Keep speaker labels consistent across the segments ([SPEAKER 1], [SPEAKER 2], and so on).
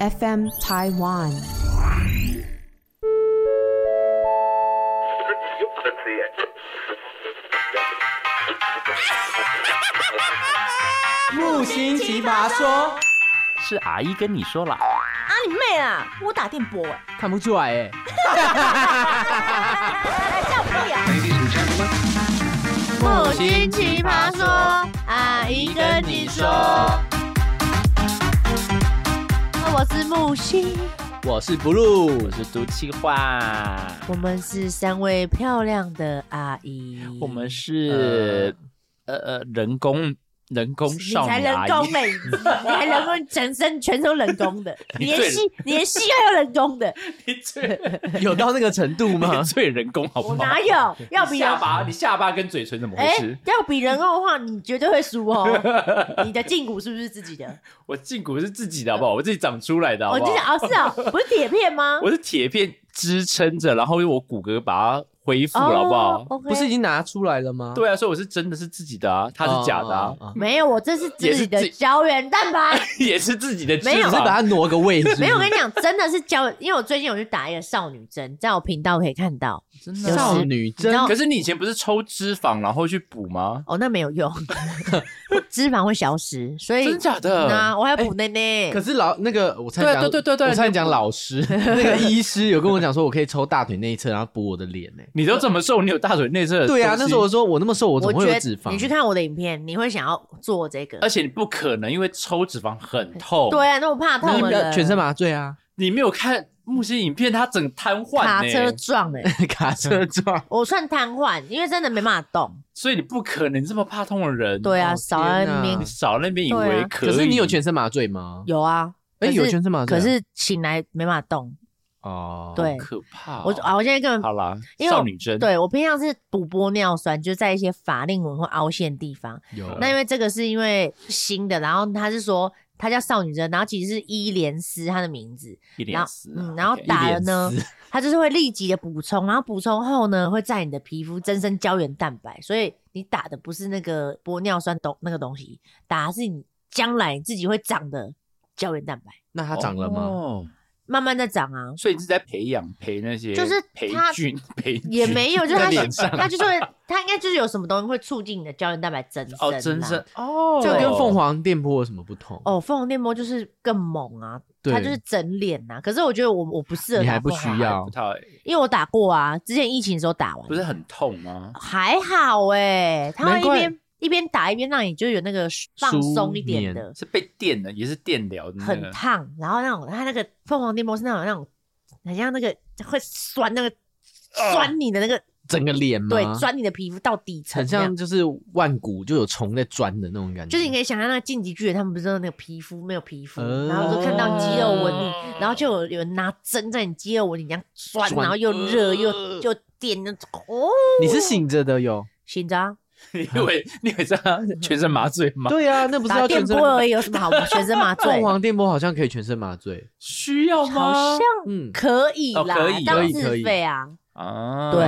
[SPEAKER 1] FM Taiwan。
[SPEAKER 2] 木星奇葩说，
[SPEAKER 3] 是阿姨跟你说了，
[SPEAKER 4] 啊你妹啊！我打电波哎，
[SPEAKER 2] 看不出来哎。
[SPEAKER 4] 哎叫不呀！
[SPEAKER 2] 木星奇葩说
[SPEAKER 4] 阿姨
[SPEAKER 2] 跟你说，
[SPEAKER 4] 我是木星，
[SPEAKER 2] 我是 Blue，
[SPEAKER 3] 我是毒气化，
[SPEAKER 4] 我们是三位漂亮的阿姨，
[SPEAKER 3] 我们是呃呃人工人工
[SPEAKER 4] 你
[SPEAKER 3] 少
[SPEAKER 4] 才
[SPEAKER 3] 女
[SPEAKER 4] 人
[SPEAKER 3] 阿
[SPEAKER 4] 工
[SPEAKER 3] 姨，
[SPEAKER 4] 美，你还人工，全身全都人 工的，你
[SPEAKER 3] 你
[SPEAKER 4] 连
[SPEAKER 3] 最
[SPEAKER 4] 戏你连戏要有人 工的，
[SPEAKER 3] 你最
[SPEAKER 2] 有到那个程度吗
[SPEAKER 3] 你？ 最人工好不
[SPEAKER 4] 我
[SPEAKER 3] 好？
[SPEAKER 4] 哪有？要
[SPEAKER 3] 你
[SPEAKER 4] 比人
[SPEAKER 3] 下巴，你下巴跟嘴唇怎么回
[SPEAKER 4] 哎、
[SPEAKER 3] 事？
[SPEAKER 4] 要比人工的话，你绝对会 输哦。你的胫骨是不是自己的？
[SPEAKER 3] 我胫骨是自己的好不好？我自己长出来的好
[SPEAKER 4] 我
[SPEAKER 3] 不
[SPEAKER 4] 就是
[SPEAKER 3] 好？
[SPEAKER 4] 哦，是哦，不是铁片吗？
[SPEAKER 3] 我是铁片支撑着，然后用我骨骼把它恢复
[SPEAKER 4] 哦
[SPEAKER 3] 了，好不好？
[SPEAKER 4] o k
[SPEAKER 2] 不是已经拿出来了吗？，
[SPEAKER 3] 对啊，所以我是真的是自己的啊，它是假的啊，
[SPEAKER 2] 哦，哦哦
[SPEAKER 4] 没有，我这是自
[SPEAKER 3] 也
[SPEAKER 4] 己
[SPEAKER 3] 是
[SPEAKER 4] 的
[SPEAKER 3] 自己
[SPEAKER 4] 胶原 蛋白。
[SPEAKER 3] 也是自己的
[SPEAKER 4] 没有
[SPEAKER 2] 只
[SPEAKER 3] 脂
[SPEAKER 2] 是把
[SPEAKER 3] 肪。
[SPEAKER 2] 它挪个位置。
[SPEAKER 4] 没有，我跟你讲，真的是胶，因为我最近有去打一个少女针，在我频道可以看到。
[SPEAKER 3] 真
[SPEAKER 4] 有
[SPEAKER 3] 的啊
[SPEAKER 2] 少女
[SPEAKER 4] 你知
[SPEAKER 2] 针
[SPEAKER 4] 道
[SPEAKER 3] 可是你以前不是抽脂肪然后去补吗？
[SPEAKER 4] 哦，那没有 用，脂肪会消失，所以
[SPEAKER 3] 真假的？
[SPEAKER 4] 那我还补内内。
[SPEAKER 2] 哎可是老那个，我差点
[SPEAKER 3] 对啊
[SPEAKER 2] 讲，
[SPEAKER 3] 对对对对
[SPEAKER 2] 我差点讲老 师，那个医师有跟我讲说，我可以抽大腿内侧，然后补我的脸呢。
[SPEAKER 3] 你都这么瘦，你有大腿内侧的
[SPEAKER 2] 对啊，
[SPEAKER 3] 东西
[SPEAKER 2] 那时候我说我那么瘦，我怎
[SPEAKER 4] 我
[SPEAKER 2] 么会
[SPEAKER 4] 觉
[SPEAKER 2] 有
[SPEAKER 4] 得
[SPEAKER 2] 脂肪？
[SPEAKER 4] 你去看我的影片，你会想要做这个
[SPEAKER 3] 而。且你不可能，因为抽脂肪很痛。
[SPEAKER 4] 对，啊，那我怕
[SPEAKER 2] 那
[SPEAKER 4] 痛
[SPEAKER 2] 你
[SPEAKER 4] 了。
[SPEAKER 2] 的全身麻醉 啊，
[SPEAKER 3] 你没有看木星影片，他整瘫痪、
[SPEAKER 4] 卡
[SPEAKER 3] 呢，
[SPEAKER 4] 车撞哎、
[SPEAKER 2] 卡车撞。
[SPEAKER 4] 我算瘫痪，因为真的没办法动。
[SPEAKER 3] 所以你不可能这么怕痛的人。
[SPEAKER 4] 对啊，
[SPEAKER 2] 哦
[SPEAKER 4] 少在那
[SPEAKER 2] 天
[SPEAKER 4] 边
[SPEAKER 2] 哪
[SPEAKER 3] 你少那边以
[SPEAKER 4] 对
[SPEAKER 3] 为
[SPEAKER 4] 啊
[SPEAKER 3] 可以，
[SPEAKER 2] 可是你有全身麻醉吗？
[SPEAKER 4] 有啊，
[SPEAKER 2] 哎，
[SPEAKER 4] 可是
[SPEAKER 2] 有全身麻醉
[SPEAKER 4] 可
[SPEAKER 2] 啊。
[SPEAKER 4] 是醒来没办法动。
[SPEAKER 2] 哦，
[SPEAKER 4] 对
[SPEAKER 3] 可怕哦、
[SPEAKER 4] 我啊，我现在根本
[SPEAKER 3] 好啦，
[SPEAKER 4] 因为我
[SPEAKER 3] 少女针，
[SPEAKER 4] 对我平常是补玻尿酸，就在一些法令纹或凹陷地方。
[SPEAKER 2] 有
[SPEAKER 3] 嗯
[SPEAKER 4] 那因为这个是因为新的，然后他是说他叫少女针，然后其实是伊莲丝他的名字，
[SPEAKER 3] 一
[SPEAKER 4] 然
[SPEAKER 3] 脸
[SPEAKER 4] 后
[SPEAKER 3] 死啊
[SPEAKER 4] 嗯，然后
[SPEAKER 3] OK
[SPEAKER 4] 打了
[SPEAKER 2] 脸
[SPEAKER 4] 呢，它就是会立即的补充，然后补充后呢会在你的皮肤增生胶原蛋白，所以你打的不是那个玻尿酸东那个东西，打的是你将来自己会长的胶原蛋白，
[SPEAKER 2] 那它长了吗？
[SPEAKER 3] 哦
[SPEAKER 4] 慢慢的长啊。
[SPEAKER 3] 所以你是在培养培那些，
[SPEAKER 4] 就是
[SPEAKER 3] 培
[SPEAKER 4] 它
[SPEAKER 3] 菌 培菌
[SPEAKER 4] 也没有，就
[SPEAKER 3] 在
[SPEAKER 4] 它
[SPEAKER 3] 脸上啊
[SPEAKER 4] 它就是会，它应该就是有什么东西会促进你的胶原蛋白增生、啊
[SPEAKER 3] 哦，真
[SPEAKER 4] 生
[SPEAKER 3] 是哦，
[SPEAKER 2] 这跟凤凰电波有什么不同？
[SPEAKER 4] 哦，凤凰电波就是更猛啊，
[SPEAKER 2] 对
[SPEAKER 4] 它就是整脸呐、可是我觉得我我不适合
[SPEAKER 2] 你
[SPEAKER 4] 打
[SPEAKER 2] 还不
[SPEAKER 4] 凤
[SPEAKER 2] 需
[SPEAKER 4] 凰，啊
[SPEAKER 2] 要
[SPEAKER 3] 不太
[SPEAKER 4] 因为我打过啊，之前疫情的时候打完，
[SPEAKER 3] 不是很痛吗？
[SPEAKER 4] 还好哎、它会
[SPEAKER 2] 难
[SPEAKER 4] 一
[SPEAKER 2] 怪
[SPEAKER 4] 边一边打一边让你就有那个放松一点的，
[SPEAKER 3] 是被电的，也是电疗的、那个
[SPEAKER 4] 很烫，然后那种它那个凤凰电波是那种那种很像那个会酸那个。
[SPEAKER 2] 啊
[SPEAKER 4] 钻你的那个，
[SPEAKER 2] 整个脸吗？
[SPEAKER 4] 对，钻你的皮肤到底层
[SPEAKER 2] 很
[SPEAKER 4] 这样，
[SPEAKER 2] 像就是万古就有虫在钻的那种感觉，
[SPEAKER 4] 就是你可以想象那个晋级巨人，他们不是那个皮肤没有皮肤，
[SPEAKER 2] 哦
[SPEAKER 4] 然后就看到肌肉纹理，
[SPEAKER 3] 哦
[SPEAKER 4] 然后就有有人拿针在你肌肉纹理这样钻，
[SPEAKER 2] 嗯钻呃
[SPEAKER 4] 然后又热又又电那种，哦，
[SPEAKER 2] 你是醒着的哟。
[SPEAKER 4] 紧张，
[SPEAKER 3] 你以为你以为是他全身麻醉 吗？
[SPEAKER 2] 对啊，那不是
[SPEAKER 4] 打
[SPEAKER 2] 要
[SPEAKER 4] 电
[SPEAKER 2] 全身
[SPEAKER 4] 波而已，有什么好全身麻 醉
[SPEAKER 2] 凤？凰电波好像可以全身麻醉，
[SPEAKER 3] 需要
[SPEAKER 4] 好
[SPEAKER 3] 吗
[SPEAKER 4] 像？
[SPEAKER 2] 嗯，
[SPEAKER 4] 可以啦，
[SPEAKER 3] 哦可以
[SPEAKER 4] 当
[SPEAKER 2] 可以
[SPEAKER 4] 自费啊，
[SPEAKER 3] 啊，
[SPEAKER 4] 对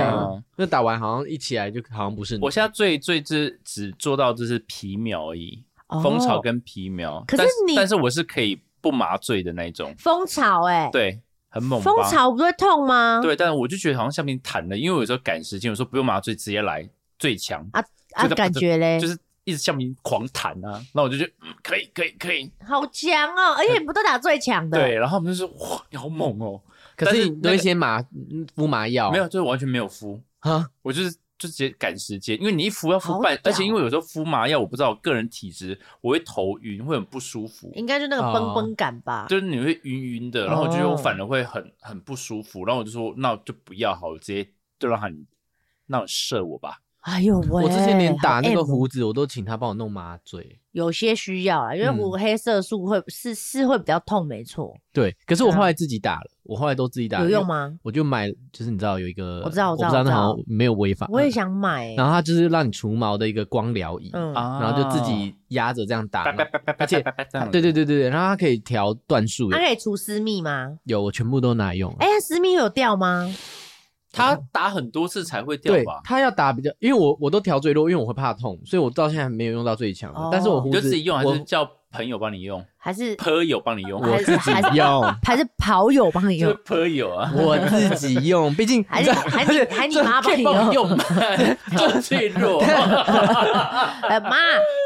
[SPEAKER 2] 那打完好像一起来就好像不是你
[SPEAKER 3] 我现在最最只只做到就是皮秒而已，
[SPEAKER 4] 哦
[SPEAKER 3] 蜂巢跟皮秒。
[SPEAKER 4] 可是
[SPEAKER 3] 但
[SPEAKER 4] 你
[SPEAKER 3] 但是我是可以不麻醉的那一种，
[SPEAKER 4] 蜂巢哎，
[SPEAKER 3] 对，很猛吧。
[SPEAKER 4] 蜂巢不会痛吗？
[SPEAKER 3] 对，但是我就觉得好像下面弹了，因为我有时候赶时间，我说不用麻醉，直接来最强，
[SPEAKER 4] 啊啊，
[SPEAKER 3] 这个
[SPEAKER 4] 感觉嘞
[SPEAKER 3] 就，是一直下面狂弹啊，那我就觉得、嗯、可以可以可以，
[SPEAKER 4] 好强哦，而且你不都打最强的，
[SPEAKER 3] 对，然后我们就说哇，你好猛哦，
[SPEAKER 2] 可
[SPEAKER 3] 但
[SPEAKER 2] 是
[SPEAKER 3] 是
[SPEAKER 2] 你都会先麻嗯敷麻药，
[SPEAKER 3] 没有，就是完全没有敷，
[SPEAKER 2] 啊？
[SPEAKER 3] 我就是就直接赶时间，因为你一敷要
[SPEAKER 4] 好
[SPEAKER 3] 敷半，
[SPEAKER 4] 屌
[SPEAKER 3] 而且因为有时候敷麻药，我不知道我个人体质，我会头晕，会很不舒服，
[SPEAKER 4] 应该就那个
[SPEAKER 2] 哦
[SPEAKER 4] 崩崩感吧。
[SPEAKER 3] 就是你会晕晕的，然后我就觉得
[SPEAKER 4] 哦
[SPEAKER 3] 我反而会很很不舒服，然后我就说那我就不要好，我直接就让他你那你射我吧，
[SPEAKER 4] 哎呦喂！
[SPEAKER 2] 我之前连打那个
[SPEAKER 4] 好 M 嗯哦
[SPEAKER 2] 胡子我都请他帮我弄麻醉，
[SPEAKER 4] 有些需要啊，因为
[SPEAKER 2] 嗯
[SPEAKER 4] 胡黑色素会、是是会比较痛，没错，
[SPEAKER 2] 对，可是我后来自己打了，我后来都自己打，
[SPEAKER 4] 嗯有用？吗？
[SPEAKER 2] 我就买，就是你知道有一个，
[SPEAKER 4] 我知道
[SPEAKER 2] 我
[SPEAKER 4] 我知
[SPEAKER 2] 不知道
[SPEAKER 4] 道
[SPEAKER 2] 那
[SPEAKER 4] 我知
[SPEAKER 2] 好
[SPEAKER 4] 道
[SPEAKER 2] 像没有违法，
[SPEAKER 4] 我也想买、欸，
[SPEAKER 2] 啊嗯然后它就是让你除毛的一个光疗仪，
[SPEAKER 4] 嗯，
[SPEAKER 3] 啊
[SPEAKER 2] 然后就自己压着这样打
[SPEAKER 3] 叭叭
[SPEAKER 2] 嘛。
[SPEAKER 3] 叭叭叭叭叭，
[SPEAKER 2] 而且
[SPEAKER 3] 这样
[SPEAKER 2] 对对对对对，然后它可以调段数
[SPEAKER 4] 它
[SPEAKER 2] 的，
[SPEAKER 4] 可以除私密吗？
[SPEAKER 2] 有我全部都拿来用了。
[SPEAKER 4] 啊
[SPEAKER 2] 啊
[SPEAKER 4] 哎、它私密有掉吗？
[SPEAKER 3] 他打很多次才会掉
[SPEAKER 2] 对
[SPEAKER 3] 吧，？
[SPEAKER 2] 它要打比较，因为我我都调最弱，因为我会怕痛，所以我到现在还没有用到最强的
[SPEAKER 4] 哦。
[SPEAKER 2] 但是我胡
[SPEAKER 3] 你就
[SPEAKER 2] 子
[SPEAKER 3] 自己用还
[SPEAKER 2] 我
[SPEAKER 3] 是叫朋友帮你用，
[SPEAKER 4] 还是
[SPEAKER 3] 朋友帮你用，
[SPEAKER 4] 还
[SPEAKER 2] 我
[SPEAKER 4] 是
[SPEAKER 2] 自
[SPEAKER 4] 还是
[SPEAKER 2] 己用，
[SPEAKER 4] 还是跑友帮 你
[SPEAKER 3] 就是
[SPEAKER 4] 用，
[SPEAKER 3] 朋友啊。
[SPEAKER 2] 我自己用，毕竟
[SPEAKER 4] 还是还是你还你妈帮
[SPEAKER 3] 可
[SPEAKER 4] 你
[SPEAKER 3] 以帮我
[SPEAKER 4] 用？
[SPEAKER 3] 用 吗？这脆 弱，
[SPEAKER 4] 呃，妈，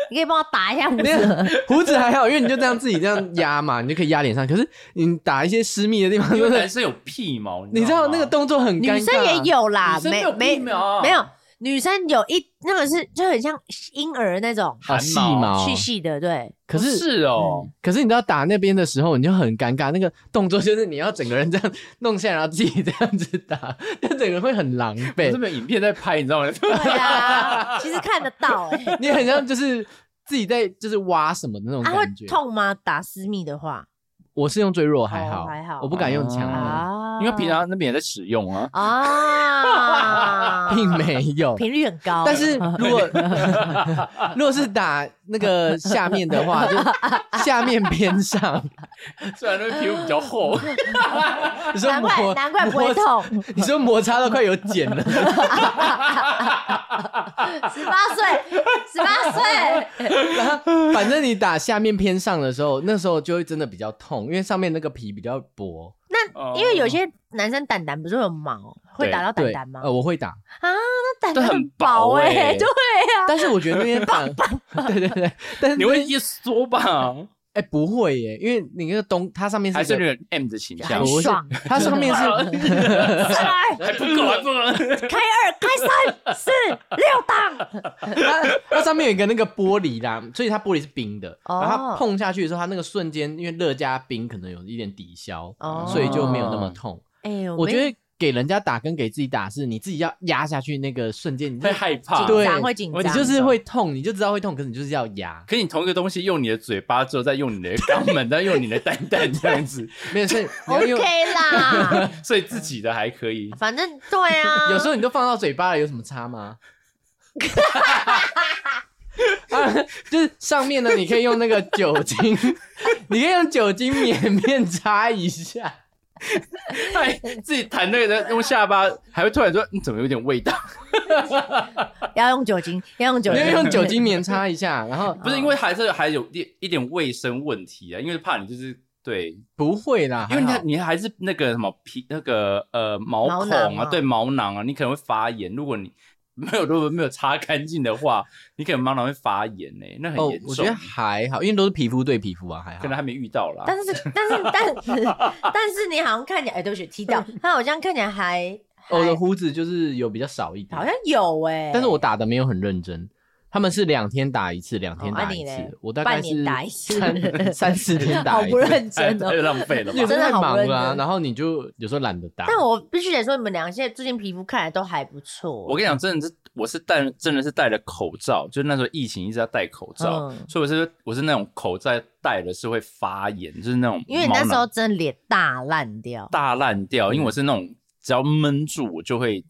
[SPEAKER 4] 你可以帮我打一下胡子。
[SPEAKER 2] 胡子还好，因为你就这样自己这样压嘛，你就可以压脸上。可是你打一些私密的地方，
[SPEAKER 3] 因
[SPEAKER 2] 就
[SPEAKER 3] 为啊
[SPEAKER 2] 是
[SPEAKER 3] 男生有屁毛，
[SPEAKER 2] 你知道
[SPEAKER 3] 吗
[SPEAKER 2] 那个动作很
[SPEAKER 4] 女
[SPEAKER 2] 尴尬。啊
[SPEAKER 4] 生也有啦，
[SPEAKER 3] 女生
[SPEAKER 4] 没
[SPEAKER 3] 没有
[SPEAKER 4] 没
[SPEAKER 3] 屁苗
[SPEAKER 4] 没有，女生有一那个是就很像婴儿那种
[SPEAKER 2] 啊
[SPEAKER 3] 汗
[SPEAKER 2] 细
[SPEAKER 3] 毛，
[SPEAKER 2] 毛
[SPEAKER 4] 细，细的，对，
[SPEAKER 2] 可
[SPEAKER 3] 不
[SPEAKER 2] 是
[SPEAKER 3] 是哦，
[SPEAKER 2] 可是你知道打那边的时候，你就很尴尬，那个动作就是你要整个人这样弄下来，然后自己这样子打，就整个人会很狼
[SPEAKER 3] 我
[SPEAKER 2] 狈
[SPEAKER 3] 这。边有影片在拍，你知道吗？
[SPEAKER 2] 哦
[SPEAKER 4] 对啊，其实看得到哎、欸，
[SPEAKER 2] 你很像就是自己在就是挖什么的那种
[SPEAKER 4] 啊会
[SPEAKER 2] 感觉。
[SPEAKER 4] 痛吗？打私密的话
[SPEAKER 2] 哦我是用最弱还好，哦
[SPEAKER 4] 哦还好
[SPEAKER 2] 我不敢用强的，
[SPEAKER 4] 啊，
[SPEAKER 3] 因为平常那边也在使用 啊。
[SPEAKER 4] 啊，
[SPEAKER 2] 并没有。
[SPEAKER 4] 频率很高，
[SPEAKER 2] 但是如 果如果是打那个下面的 话，就下面边上，
[SPEAKER 3] 虽然那个皮肤比较厚，啊
[SPEAKER 2] 你说
[SPEAKER 4] 难怪
[SPEAKER 2] 摩
[SPEAKER 4] 难怪不会，痛，
[SPEAKER 2] 摩你说摩擦都快有茧了。
[SPEAKER 4] 十八岁，十 八岁，
[SPEAKER 2] 反正你打下面偏上的时候，那时候就会真的比较痛，因为上面那个皮比较薄，
[SPEAKER 4] 因
[SPEAKER 3] 哦
[SPEAKER 4] 为有些男生蛋蛋不是会有毛，会打到蛋
[SPEAKER 2] 哦对
[SPEAKER 4] 蛋吗？
[SPEAKER 2] 呃，我会打，
[SPEAKER 4] 那蛋蛋
[SPEAKER 3] 都
[SPEAKER 4] 很
[SPEAKER 3] 很
[SPEAKER 4] 薄
[SPEAKER 3] 薄
[SPEAKER 4] 哎、
[SPEAKER 3] 欸
[SPEAKER 4] 对呀、
[SPEAKER 2] 但是我觉得那边 打，对对对，但是
[SPEAKER 3] 你会一缩 吧，
[SPEAKER 2] 哎不会耶，因为你那个东，它上面
[SPEAKER 3] 还
[SPEAKER 2] 是
[SPEAKER 3] 是
[SPEAKER 2] 一个
[SPEAKER 3] 那个 M 的形象
[SPEAKER 4] 很
[SPEAKER 2] 我？是
[SPEAKER 4] 爽，
[SPEAKER 2] 它上面哎是
[SPEAKER 4] 再来
[SPEAKER 3] 还不够，还不够。
[SPEAKER 4] 开二开三四六档，
[SPEAKER 2] 它它上面有一个那个玻璃啦，所以它玻璃是冰的，
[SPEAKER 4] 哦
[SPEAKER 2] 然后它碰下去的时候，它那个瞬间因为热加冰可能有一点抵消，
[SPEAKER 4] 哦
[SPEAKER 2] 所以就没有那么痛。
[SPEAKER 4] 哎、
[SPEAKER 2] 我觉
[SPEAKER 4] 没
[SPEAKER 2] 得给人家打跟给自己打是你自己要压下去那个瞬间，你就
[SPEAKER 3] 会害怕，
[SPEAKER 2] 对哦
[SPEAKER 4] 紧张会紧张，
[SPEAKER 2] 你就是会痛，你就知道会痛，可是你就是要压。
[SPEAKER 3] 可是你同一个东西用你的嘴巴之后，再用你的肛门，再用你的蛋蛋这样子，
[SPEAKER 2] 没有 事，你要用
[SPEAKER 4] OK 啦，
[SPEAKER 3] 所以自己的还可以。
[SPEAKER 4] 反正对啊，
[SPEAKER 2] 有时候你都放到嘴巴了，有什么差吗？ 啊，就是上面呢，你可以用那个酒精， 你可以用酒精棉面擦一下。
[SPEAKER 3] 哎，自己弹那个的用下巴，还会突然说你怎么有点味道？
[SPEAKER 4] 要用酒精，要用酒
[SPEAKER 2] 你
[SPEAKER 4] 精，
[SPEAKER 2] 要用酒精棉擦一下，然后
[SPEAKER 3] 不是因为还是还有一一点卫生问题啊，因为怕你就是对，
[SPEAKER 2] 不会啦，
[SPEAKER 3] 因为
[SPEAKER 2] 还
[SPEAKER 3] 你
[SPEAKER 2] 好
[SPEAKER 3] 你还是那个什么皮那个呃毛
[SPEAKER 4] 毛
[SPEAKER 3] 孔
[SPEAKER 4] 囊
[SPEAKER 3] 啊，
[SPEAKER 4] 啊
[SPEAKER 3] 对毛囊啊，你可能会发炎。如果你没有如果没有擦干净的话，你可能毛囊会发炎呢、那很
[SPEAKER 2] 哦
[SPEAKER 3] 严，重。
[SPEAKER 2] 我觉得还好，因为都是皮肤对皮肤啊，还好
[SPEAKER 3] 可能。还没遇到啦。
[SPEAKER 4] 但是但是但是但是你好像看起来，哎，对不起，踢掉，他好像看起来还
[SPEAKER 2] 哦我的
[SPEAKER 4] 还
[SPEAKER 2] 胡子就是有比较少一点，
[SPEAKER 4] 好像有哎，
[SPEAKER 2] 但是我打的没有很认真。他们是两天打一次，两天
[SPEAKER 4] 哦啊
[SPEAKER 2] 打
[SPEAKER 4] 你
[SPEAKER 2] 一次，
[SPEAKER 4] 嘞
[SPEAKER 2] 我大
[SPEAKER 4] 半
[SPEAKER 2] 概
[SPEAKER 4] 年
[SPEAKER 2] 是
[SPEAKER 4] 打一次
[SPEAKER 2] 三三四天打
[SPEAKER 4] 好
[SPEAKER 2] 一次，
[SPEAKER 4] 不认
[SPEAKER 3] 哎
[SPEAKER 4] 真 哦
[SPEAKER 3] 太。浪 费了吧
[SPEAKER 2] 有？时候
[SPEAKER 4] 真的
[SPEAKER 2] 太
[SPEAKER 4] 好不
[SPEAKER 2] 忙
[SPEAKER 4] 认
[SPEAKER 2] 了啊、
[SPEAKER 4] 真
[SPEAKER 2] 然后你就有时候懒得打。
[SPEAKER 4] 但我必须得说，你们两个现在最近皮肤看起来都还不错。
[SPEAKER 3] 我跟你讲，真的是我是戴真的是戴了口罩，就是那时候疫情一直要戴口罩，
[SPEAKER 4] 嗯
[SPEAKER 3] 所以我是我是那种口罩戴了是会发炎，就是那种
[SPEAKER 4] 因为你那
[SPEAKER 3] 毛
[SPEAKER 4] 时
[SPEAKER 3] 囊
[SPEAKER 4] 候真的脸大烂掉，
[SPEAKER 3] 大烂掉，因为我是那种只要闷住我就会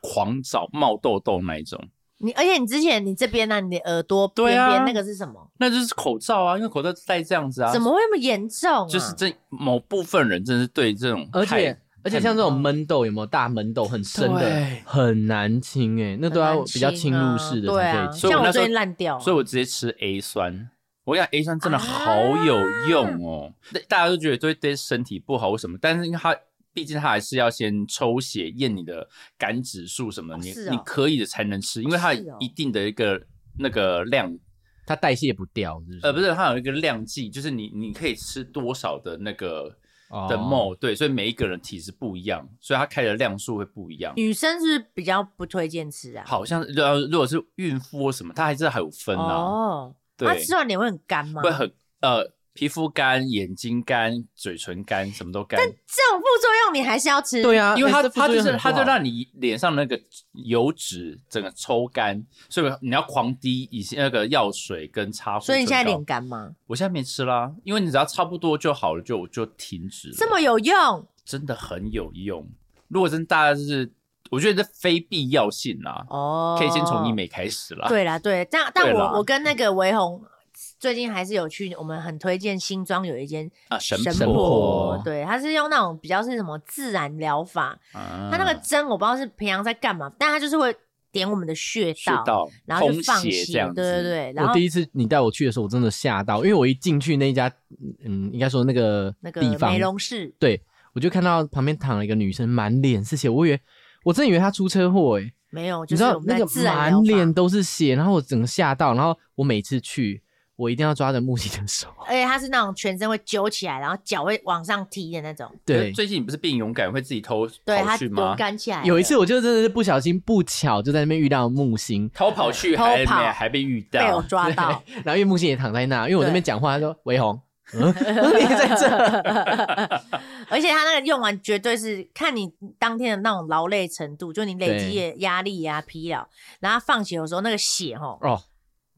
[SPEAKER 3] 狂长冒痘痘那一种。
[SPEAKER 4] 你而且你之前你这边呢、你的耳朵边
[SPEAKER 3] 对啊
[SPEAKER 4] 边那个是什么？
[SPEAKER 3] 那就是口罩啊，因为口罩戴这样子啊，
[SPEAKER 4] 怎么会那么严重、啊？
[SPEAKER 3] 就是这某部分人真的是对这种
[SPEAKER 2] 而且
[SPEAKER 3] 太
[SPEAKER 2] 而且像这种闷痘有没有大闷痘很深的
[SPEAKER 3] 对
[SPEAKER 2] 很难清哎、那都要比较侵入式的
[SPEAKER 4] 很
[SPEAKER 2] 才
[SPEAKER 4] 难
[SPEAKER 2] 可以
[SPEAKER 4] 清啊对啊，
[SPEAKER 2] 清。
[SPEAKER 3] 所以我
[SPEAKER 4] 像我
[SPEAKER 3] 那时候
[SPEAKER 4] 最近烂掉、啊，
[SPEAKER 3] 所以我直接吃 A 酸。我跟你讲 A 酸真的好
[SPEAKER 4] 啊
[SPEAKER 3] 有用哦，对大家都觉得对对身体不好或什么，但是因为它毕竟它还是要先抽血验你的肝指数什么的，
[SPEAKER 4] 哦
[SPEAKER 3] 你
[SPEAKER 4] 是哦
[SPEAKER 3] 你可以的才能吃，因为它
[SPEAKER 4] 是哦
[SPEAKER 3] 一定的一个那个量，
[SPEAKER 2] 它代谢不掉，是不是？
[SPEAKER 3] 呃，不是它有一个量计，就是你你可以吃多少的那个
[SPEAKER 2] 哦
[SPEAKER 3] 的 m 对，所以每一个人体质不一样，所以它开的量数会不一样。
[SPEAKER 4] 女生是不是比较不推荐吃啊。
[SPEAKER 3] 好像呃，如果是孕妇或什么，它还是还有分啊，
[SPEAKER 4] 哦，
[SPEAKER 3] 对
[SPEAKER 4] 那、吃完脸会很干吗？
[SPEAKER 3] 会很呃，皮肤干、眼睛干、嘴唇干，什么都干，
[SPEAKER 4] 这种副作用你还是要吃。
[SPEAKER 2] 对啊，
[SPEAKER 3] 因为它
[SPEAKER 2] 欸
[SPEAKER 3] 它就
[SPEAKER 2] 这副作
[SPEAKER 3] 是
[SPEAKER 2] 用
[SPEAKER 3] 它就
[SPEAKER 4] 啊
[SPEAKER 2] 很不好
[SPEAKER 3] 让你脸上那个油脂整个抽干，所以你要狂滴以前那个药水跟擦护。
[SPEAKER 4] 所以你现在脸，干吗？
[SPEAKER 3] 我现在没吃啦，因为你只要差不多就好了，就就停止了。
[SPEAKER 4] 这么有用
[SPEAKER 3] 真的很有用，如果真大家就是，我觉得这非必要性啦，
[SPEAKER 4] 哦，
[SPEAKER 3] 可以先从医。美开始
[SPEAKER 2] 啊
[SPEAKER 3] 啦。
[SPEAKER 4] 对啦，对，但但
[SPEAKER 3] 对啦
[SPEAKER 4] 我我跟那个维红最近还是有去，我们很推荐新庄有一间
[SPEAKER 3] 啊，神
[SPEAKER 4] 神
[SPEAKER 2] 婆
[SPEAKER 4] 婆，对，它是用那种比较是什么自然疗法，
[SPEAKER 2] 嗯
[SPEAKER 3] 啊
[SPEAKER 4] 它那个针我不知道是平常在干嘛，但它就是会点我们的穴
[SPEAKER 3] 穴
[SPEAKER 4] 道，
[SPEAKER 3] 道
[SPEAKER 4] 然后
[SPEAKER 3] 通
[SPEAKER 4] 就放
[SPEAKER 3] 血这样
[SPEAKER 4] 对对
[SPEAKER 3] 子。
[SPEAKER 4] 对，然
[SPEAKER 2] 我
[SPEAKER 4] 后
[SPEAKER 2] 第一次你带我去的时候，我真的吓到，因为我一进去那一家，嗯，应该说那个
[SPEAKER 4] 那个
[SPEAKER 2] 地方，
[SPEAKER 4] 美容室，
[SPEAKER 2] 对我就看到旁边躺了一个女生，满脸是血，我以为我真的以为她出车祸哎、
[SPEAKER 4] 没有，
[SPEAKER 2] 你
[SPEAKER 4] 就
[SPEAKER 2] 知
[SPEAKER 4] 是
[SPEAKER 2] 道
[SPEAKER 4] 我们
[SPEAKER 2] 那
[SPEAKER 4] 在
[SPEAKER 2] 个
[SPEAKER 4] 自然疗
[SPEAKER 2] 满脸
[SPEAKER 4] 法。
[SPEAKER 2] 都是血，然后我整个吓到，然后我每次去我一定要抓着木西的手，
[SPEAKER 4] 而且它是那种全身会揪起来，然后脚会往上踢的那种，
[SPEAKER 2] 对，
[SPEAKER 3] 最近你不是变勇敢会自己偷
[SPEAKER 4] 对，
[SPEAKER 3] 跑
[SPEAKER 4] 它
[SPEAKER 3] 去吗
[SPEAKER 4] 勇？敢起来了。
[SPEAKER 2] 有一次我就真的是不小心不巧就在那边遇到木星，
[SPEAKER 3] 偷跑去
[SPEAKER 4] 偷
[SPEAKER 3] 还
[SPEAKER 4] 跑
[SPEAKER 3] 没还被遇
[SPEAKER 4] 被我
[SPEAKER 3] 到，
[SPEAKER 4] 抓到，
[SPEAKER 2] 然后因为木星也躺在那，因为我那边
[SPEAKER 4] 对
[SPEAKER 2] 讲话，他说韦红，嗯， 你也在 这，
[SPEAKER 4] 而且它那个用完绝对是看你当天的那种劳累程度，就你累积的压力呀、疲劳，然后它放血的时候那个血哦
[SPEAKER 2] 哦，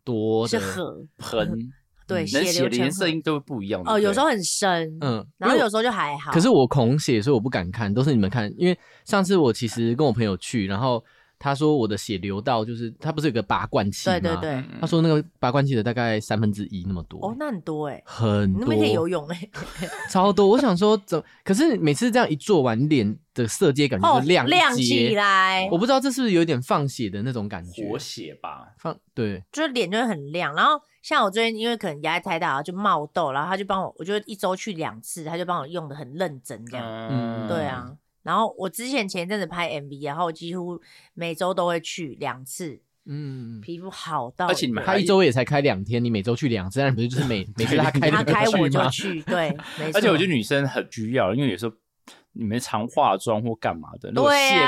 [SPEAKER 2] 多
[SPEAKER 4] 是
[SPEAKER 2] 的，
[SPEAKER 4] 河，
[SPEAKER 3] 很
[SPEAKER 4] 对，
[SPEAKER 3] 嗯能
[SPEAKER 4] 血
[SPEAKER 3] 写
[SPEAKER 4] 流
[SPEAKER 3] 的
[SPEAKER 4] 成
[SPEAKER 3] 颜色
[SPEAKER 4] 河
[SPEAKER 3] 应该都会不一样。对
[SPEAKER 4] 哦，
[SPEAKER 3] 不对
[SPEAKER 4] 有时候很深，
[SPEAKER 2] 嗯，
[SPEAKER 4] 然后有时候就还好。
[SPEAKER 2] 可是我恐血，所以我不敢看，都是你们看。因为上次我其实跟我朋友去，然后他说我的血流到，就是他不是有啊个拔罐器吗？
[SPEAKER 4] 对对对，
[SPEAKER 3] 嗯嗯
[SPEAKER 2] 他说那个拔罐器的大概三分之一那么多，
[SPEAKER 4] 哦，那很多哎，
[SPEAKER 2] 很
[SPEAKER 4] 你那
[SPEAKER 2] 多，
[SPEAKER 4] 边可以游泳哎，
[SPEAKER 2] 超多。我想说怎，可是每次这样一做完，脸的色阶感觉
[SPEAKER 4] 哦，
[SPEAKER 2] 就亮
[SPEAKER 4] 亮
[SPEAKER 2] 起
[SPEAKER 4] 起
[SPEAKER 2] 来。
[SPEAKER 4] 来
[SPEAKER 2] 我，不知道这是不是有点放血的那种感觉，
[SPEAKER 3] 活血吧，
[SPEAKER 2] 放对
[SPEAKER 4] 就脸就会很亮。然后像我最近因为可能压力太大，然后就冒痘，然后他就帮我，我就一周去两次，他就帮我用的很认真这样。
[SPEAKER 2] 嗯
[SPEAKER 4] 对，啊，然后我之前前阵子拍 MV，然后几乎每周都会去两次，
[SPEAKER 2] 嗯。
[SPEAKER 4] 皮肤好到
[SPEAKER 3] 而且你们
[SPEAKER 2] 他一周也才开两天，你每周去两次，那你不是就是 每每次他开
[SPEAKER 4] 他
[SPEAKER 2] 你就
[SPEAKER 4] 开我
[SPEAKER 2] 去
[SPEAKER 4] 就
[SPEAKER 2] 吗？
[SPEAKER 4] 去，对，没错。
[SPEAKER 3] 而且我觉得女生很需要，因为有时候你们常化妆或干嘛的，如果
[SPEAKER 4] 对
[SPEAKER 3] 卸
[SPEAKER 4] 啊
[SPEAKER 3] 不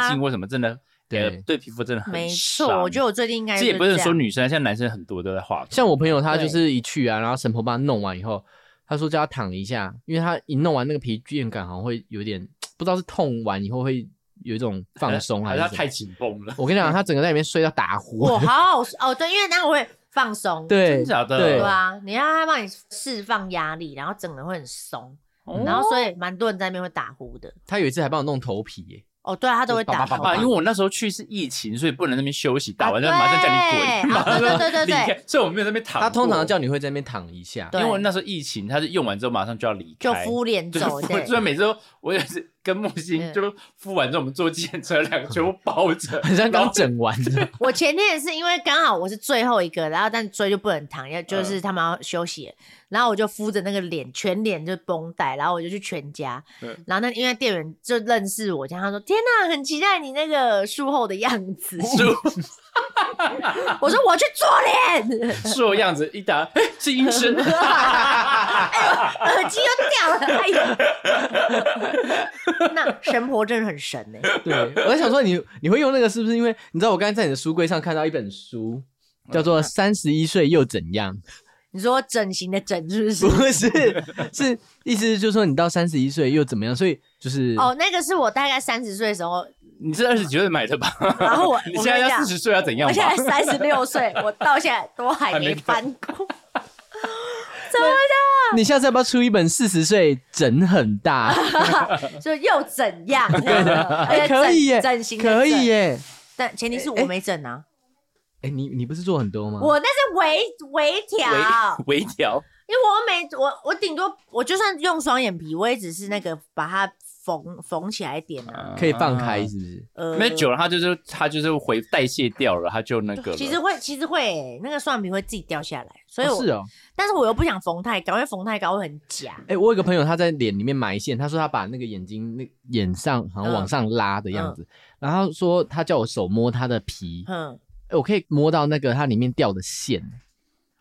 [SPEAKER 3] 干净或什么，真的
[SPEAKER 2] 对
[SPEAKER 3] 呃对皮肤真的很
[SPEAKER 4] 没
[SPEAKER 3] 伤
[SPEAKER 4] 错，我觉得我最近应该
[SPEAKER 3] 这也
[SPEAKER 4] 就
[SPEAKER 3] 不是
[SPEAKER 4] 样
[SPEAKER 3] 说女生，现在男生很多都在化妆，
[SPEAKER 2] 像我朋友他
[SPEAKER 4] 对
[SPEAKER 2] 就是一去啊，然后神婆帮他弄完以后，他说叫他躺一下，因为他一弄完那个疲倦感好像会有点不知道是痛完以后会有一种放松啊
[SPEAKER 3] 哎还
[SPEAKER 2] 还
[SPEAKER 3] 是
[SPEAKER 2] 是
[SPEAKER 3] 她
[SPEAKER 2] 什
[SPEAKER 3] 太
[SPEAKER 2] 么。
[SPEAKER 3] 紧绷了，
[SPEAKER 2] 我跟你讲，啊他整个在里面睡到打呼 啊
[SPEAKER 4] 我，好好哦，对，因为那样我会放松，
[SPEAKER 2] 对，
[SPEAKER 3] 真假的
[SPEAKER 2] 对
[SPEAKER 4] 对啊，你让他帮你释放压力，然后整个人会很松，
[SPEAKER 3] 哦
[SPEAKER 4] 嗯然后所以蛮多人在那边会打呼的。
[SPEAKER 2] 他有一次还帮我弄头皮耶，
[SPEAKER 4] 哦，对啊，他都会
[SPEAKER 2] 就
[SPEAKER 4] 打
[SPEAKER 2] 叭叭
[SPEAKER 4] 呼
[SPEAKER 2] 叭
[SPEAKER 3] 啊，
[SPEAKER 2] 叭
[SPEAKER 3] 因为我那时候去是疫情，所以不能在那边休息，打完
[SPEAKER 4] 啊
[SPEAKER 3] 了马上叫你滚，
[SPEAKER 4] 对
[SPEAKER 3] 马上
[SPEAKER 4] 啊对对对对
[SPEAKER 3] 离开，所以我没有在那边躺过。
[SPEAKER 2] 他通常叫你会在那边躺一下
[SPEAKER 4] 对，
[SPEAKER 3] 因为我那时候疫情，他是用完之后马上就要离
[SPEAKER 4] 就
[SPEAKER 3] 开，
[SPEAKER 4] 敷脸
[SPEAKER 3] 对
[SPEAKER 4] 走，
[SPEAKER 3] 敷
[SPEAKER 4] 对
[SPEAKER 3] 所以每次都我也是跟木星
[SPEAKER 4] 嗯
[SPEAKER 3] 就敷完之后，我们坐计程车，两个全部抱着，
[SPEAKER 2] 很像
[SPEAKER 3] 然
[SPEAKER 2] 刚
[SPEAKER 3] 后
[SPEAKER 2] 整完的。
[SPEAKER 4] 我前天也是因为刚好我是最后一个，然后但追就不能躺，要就是他们要休息，然后我就敷着那个脸，全脸就绷带，然后我就去全家，
[SPEAKER 3] 嗯
[SPEAKER 4] 然后那因为店员就认识我，这样他说：“天哪，很期待你那个术后的样子。
[SPEAKER 3] 就
[SPEAKER 4] 我说：“我去做脸，
[SPEAKER 3] 做样子一打，哎，是医 生，
[SPEAKER 4] 耳机又掉了。”哎呀，那神婆真的很神欸呢、
[SPEAKER 2] 对，我在想说你你会用那个是不是？因为你知道我刚才在你的书柜上看到一本书，叫
[SPEAKER 4] 嗯
[SPEAKER 2] 做《三十一岁又怎样》。
[SPEAKER 4] 你说整形的整是不是？
[SPEAKER 2] 不是，是意思就是说你到三十一岁又怎么样？所以就是
[SPEAKER 4] 哦，那个是我大概三十岁的时候，
[SPEAKER 3] 你是二十几岁买的吧？
[SPEAKER 4] 然后我
[SPEAKER 3] 你现在要四十岁要怎样
[SPEAKER 4] 我现在
[SPEAKER 3] 吧？
[SPEAKER 4] 三十六岁，我到现在都还没翻过。怎么
[SPEAKER 2] 你下次要不要出一本四十岁整很大？
[SPEAKER 4] 哦的？就又怎样？而
[SPEAKER 2] 哎
[SPEAKER 4] 且整
[SPEAKER 2] 可以耶，
[SPEAKER 4] 整形的
[SPEAKER 2] 可
[SPEAKER 4] 整
[SPEAKER 2] 以，耶。
[SPEAKER 4] 但前提是
[SPEAKER 3] 哎
[SPEAKER 4] 我没整啊，
[SPEAKER 2] 哎，你你不是做很多吗？
[SPEAKER 4] 我那是微微调，
[SPEAKER 3] 嗯微微调，
[SPEAKER 4] 因为我每我我顶多我就算用双眼皮，我也只是那个把它缝缝起来一点啊。
[SPEAKER 2] 可以放开，是不是？
[SPEAKER 4] 呃，
[SPEAKER 3] 没久了，它就是它就是回代谢掉了，它就那个了。
[SPEAKER 4] 其实会其实会耶那个双眼皮会自己掉下来，所以
[SPEAKER 2] 哦
[SPEAKER 4] 我
[SPEAKER 2] 是哦，
[SPEAKER 4] 但是我又不想缝太高，因为缝太高会很假。
[SPEAKER 2] 哎，我有个朋友他在脸里面埋线，他说他把那个眼睛那眼上
[SPEAKER 4] 嗯
[SPEAKER 2] 好像往上拉的样子，然后他说他叫我手摸他的皮，
[SPEAKER 4] 嗯，
[SPEAKER 2] 哎我可以摸到那个它里面掉的线，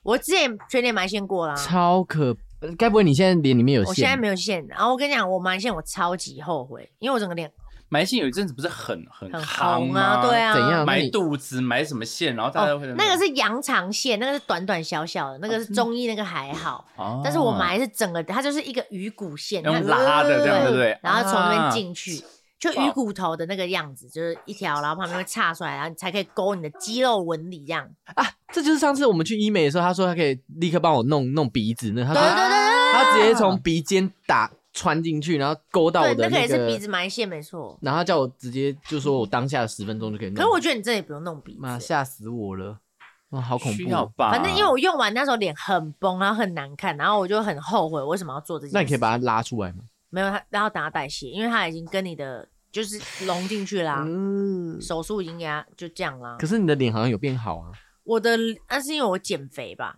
[SPEAKER 4] 我之前全脸埋线过啦，
[SPEAKER 2] 超可。呃该不会你现在脸里面有
[SPEAKER 4] 啊我现在
[SPEAKER 2] 线？
[SPEAKER 4] 没有线，然后我跟你讲，我埋线我超级后悔，因为我整个脸
[SPEAKER 3] 埋线有一阵子不是很很
[SPEAKER 4] 很
[SPEAKER 3] 夯
[SPEAKER 4] 红
[SPEAKER 3] 吗
[SPEAKER 4] 啊，对，啊，
[SPEAKER 2] 怎样嗯那
[SPEAKER 3] 埋
[SPEAKER 2] 你
[SPEAKER 3] 肚子埋什么线，然后大家
[SPEAKER 4] 哦
[SPEAKER 3] 会、，
[SPEAKER 4] 那个是羊肠线，那个是短短小小的，那个是中医那个还好，
[SPEAKER 3] 哦，
[SPEAKER 4] 但是我埋是整个，它就是一个鱼骨线，
[SPEAKER 3] 用
[SPEAKER 4] 它
[SPEAKER 3] 拉的这样对不对
[SPEAKER 4] 然后从那边
[SPEAKER 3] 啊哦
[SPEAKER 4] 进去，就鱼骨头的那个样子，就是一条，然后旁边会岔出来，然后你才可以勾你的肌肉纹理这样。
[SPEAKER 2] 这就是上次我们去医美的时候，他说他可以立刻帮我弄弄鼻子，那他
[SPEAKER 4] 对对
[SPEAKER 2] 说
[SPEAKER 4] 对对
[SPEAKER 2] 他直接从鼻尖打穿进去，然后勾到我
[SPEAKER 4] 对，
[SPEAKER 2] 的
[SPEAKER 4] 那个
[SPEAKER 2] 那
[SPEAKER 4] 也是鼻
[SPEAKER 2] 个，
[SPEAKER 4] 子埋线没错。
[SPEAKER 2] 然后他叫我直接就说我当下十分钟就
[SPEAKER 3] 嗯
[SPEAKER 2] 可以弄。
[SPEAKER 4] 可是我觉得你这也不用弄鼻
[SPEAKER 2] 妈
[SPEAKER 4] 子。欸
[SPEAKER 2] 吓死我了，哇，好恐
[SPEAKER 3] 需
[SPEAKER 2] 怖
[SPEAKER 3] 要
[SPEAKER 2] 哦！
[SPEAKER 3] 吧？
[SPEAKER 4] 反正因为我用完那时候脸很崩，然后很难看，然后我就很后悔为什么要做这件事。
[SPEAKER 2] 那你可以把它拉出来吗？
[SPEAKER 4] 没有它，然后等它代谢，因为它已经跟你的就是融进去啦。
[SPEAKER 2] 嗯，
[SPEAKER 4] 手术已经给它就这样啦
[SPEAKER 2] 可。是你的脸好像有变好啊，
[SPEAKER 4] 我的那、是因为我减肥吧，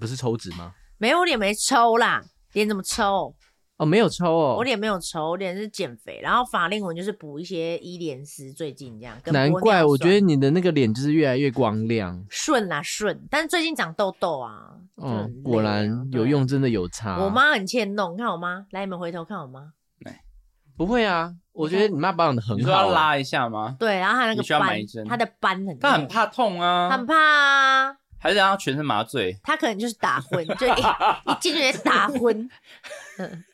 [SPEAKER 2] 不是抽脂吗？
[SPEAKER 4] 没有我脸没抽啦，脸怎么抽？
[SPEAKER 2] 哦，没有抽哦，
[SPEAKER 4] 我脸没有抽，我脸是减肥，然后法令纹就是补一些伊莲丝，最近这样。跟
[SPEAKER 2] 难
[SPEAKER 4] 玻尿
[SPEAKER 2] 怪我觉
[SPEAKER 4] 酸
[SPEAKER 2] 得你的那个脸就是越来越光亮。
[SPEAKER 4] 顺啦顺，但最近长痘痘啊，就
[SPEAKER 2] 哦
[SPEAKER 4] 很，
[SPEAKER 2] 果
[SPEAKER 4] 累啊
[SPEAKER 2] 然
[SPEAKER 4] 对
[SPEAKER 2] 有
[SPEAKER 4] 啊
[SPEAKER 2] 用，真的有差。
[SPEAKER 4] 我妈很欠弄，你看我妈，来你们回头看我妈，
[SPEAKER 2] 不会啊，我觉得你妈保养的很
[SPEAKER 3] 你
[SPEAKER 2] 好
[SPEAKER 3] 说
[SPEAKER 2] 啊。
[SPEAKER 3] 要拉一下吗？
[SPEAKER 4] 对，然后她那
[SPEAKER 3] 你
[SPEAKER 4] 个
[SPEAKER 3] 需要买一
[SPEAKER 4] 斑，
[SPEAKER 3] 针
[SPEAKER 4] 她的斑很，
[SPEAKER 3] 他很，怕痛啊，
[SPEAKER 4] 她很怕啊，
[SPEAKER 3] 还是让他全身麻醉？
[SPEAKER 4] 她可能就是打昏， 就一一进去就打昏。嗯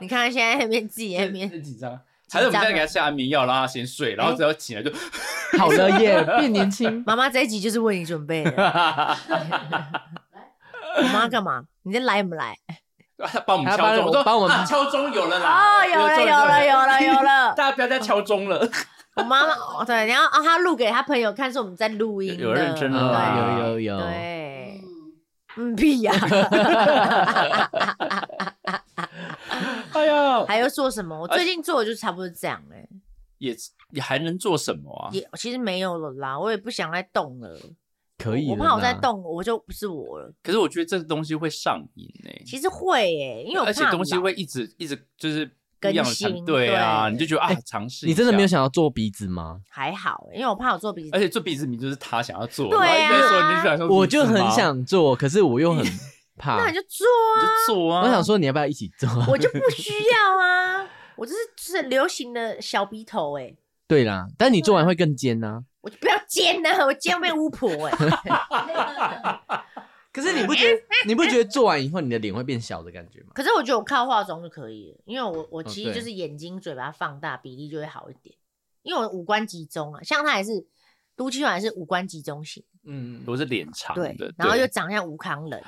[SPEAKER 4] 你看她现在在那边自己在 那边，
[SPEAKER 3] 紧张。啊还是我们
[SPEAKER 4] 啊
[SPEAKER 3] 现在给他下安眠药，让他先睡，
[SPEAKER 4] 哎
[SPEAKER 3] 然后只要 起来就，
[SPEAKER 2] 好了耶，变年轻。
[SPEAKER 4] 妈妈这一集就是为你准备 的。我妈干嘛？你在来不来？
[SPEAKER 3] 他帮我们
[SPEAKER 2] 他
[SPEAKER 3] 敲
[SPEAKER 2] 帮
[SPEAKER 3] 钟，
[SPEAKER 2] 我
[SPEAKER 3] 我说
[SPEAKER 2] 帮我们
[SPEAKER 3] 啊敲钟有了啦，
[SPEAKER 4] 哦，有了
[SPEAKER 3] 钟
[SPEAKER 4] 有了有了有 了！
[SPEAKER 3] 大家不要再敲钟了。
[SPEAKER 4] 我妈妈哦对，然后啊，她录给她朋友看，是我们在录音的，
[SPEAKER 3] 有有认真了
[SPEAKER 4] 对
[SPEAKER 3] 啦
[SPEAKER 2] 啊，有有有，
[SPEAKER 4] 对，嗯 屁呀、
[SPEAKER 3] 哎呀，
[SPEAKER 4] 还要做什么？我最近做的就差不多这样哎、
[SPEAKER 3] 也也还能做什么啊？
[SPEAKER 4] 也其实没有了啦，我也不想再动了，
[SPEAKER 2] 可以
[SPEAKER 4] 我
[SPEAKER 2] 了啦。
[SPEAKER 4] 怕我再动我就不是我了。
[SPEAKER 3] 可是我觉得这个东西会上瘾哎，
[SPEAKER 4] 其实会哎、因为我
[SPEAKER 3] 而且
[SPEAKER 4] 怕
[SPEAKER 3] 东西
[SPEAKER 4] 老
[SPEAKER 3] 会一直一直就是不
[SPEAKER 4] 更
[SPEAKER 3] 一样的产
[SPEAKER 4] 新
[SPEAKER 3] 对啊，
[SPEAKER 4] 对哎
[SPEAKER 3] 你就觉得啊，尝试一
[SPEAKER 2] 你真的
[SPEAKER 3] 下
[SPEAKER 2] 没有，想要做鼻子吗？
[SPEAKER 4] 还好、欸因为我怕我做鼻子
[SPEAKER 3] 而，且做鼻子明就是他想要做，
[SPEAKER 4] 对
[SPEAKER 3] 然后一
[SPEAKER 4] 啊
[SPEAKER 3] 边说你就想说
[SPEAKER 2] 我就
[SPEAKER 3] 鼻子
[SPEAKER 2] 很
[SPEAKER 3] 吗，
[SPEAKER 2] 想做，可是我又很怕。
[SPEAKER 4] 那你就做
[SPEAKER 3] 你
[SPEAKER 4] 啊，
[SPEAKER 3] 就做啊。
[SPEAKER 2] 我想说你要不要一起做？
[SPEAKER 4] 我就不需要啊，我这是是流行的小鼻头哎、
[SPEAKER 2] 对啦，但你做完会更尖啊呐。
[SPEAKER 4] 我就不要尖呐、我尖会被巫婆哎、
[SPEAKER 2] 可是你不觉得你不觉得做完以后你的脸会变小的感觉吗？
[SPEAKER 4] 可是我觉得我靠化妆就可以了，因为我
[SPEAKER 3] 哦
[SPEAKER 4] 我其实
[SPEAKER 2] 对
[SPEAKER 4] 就是眼睛、嘴巴放大比例就会好一点，因为我五官集中啊，像他也是都七婉是五官集中型，
[SPEAKER 2] 嗯，
[SPEAKER 3] 我是脸长的，
[SPEAKER 4] 对
[SPEAKER 3] 对，啊
[SPEAKER 4] 然后又长像吴 康仁，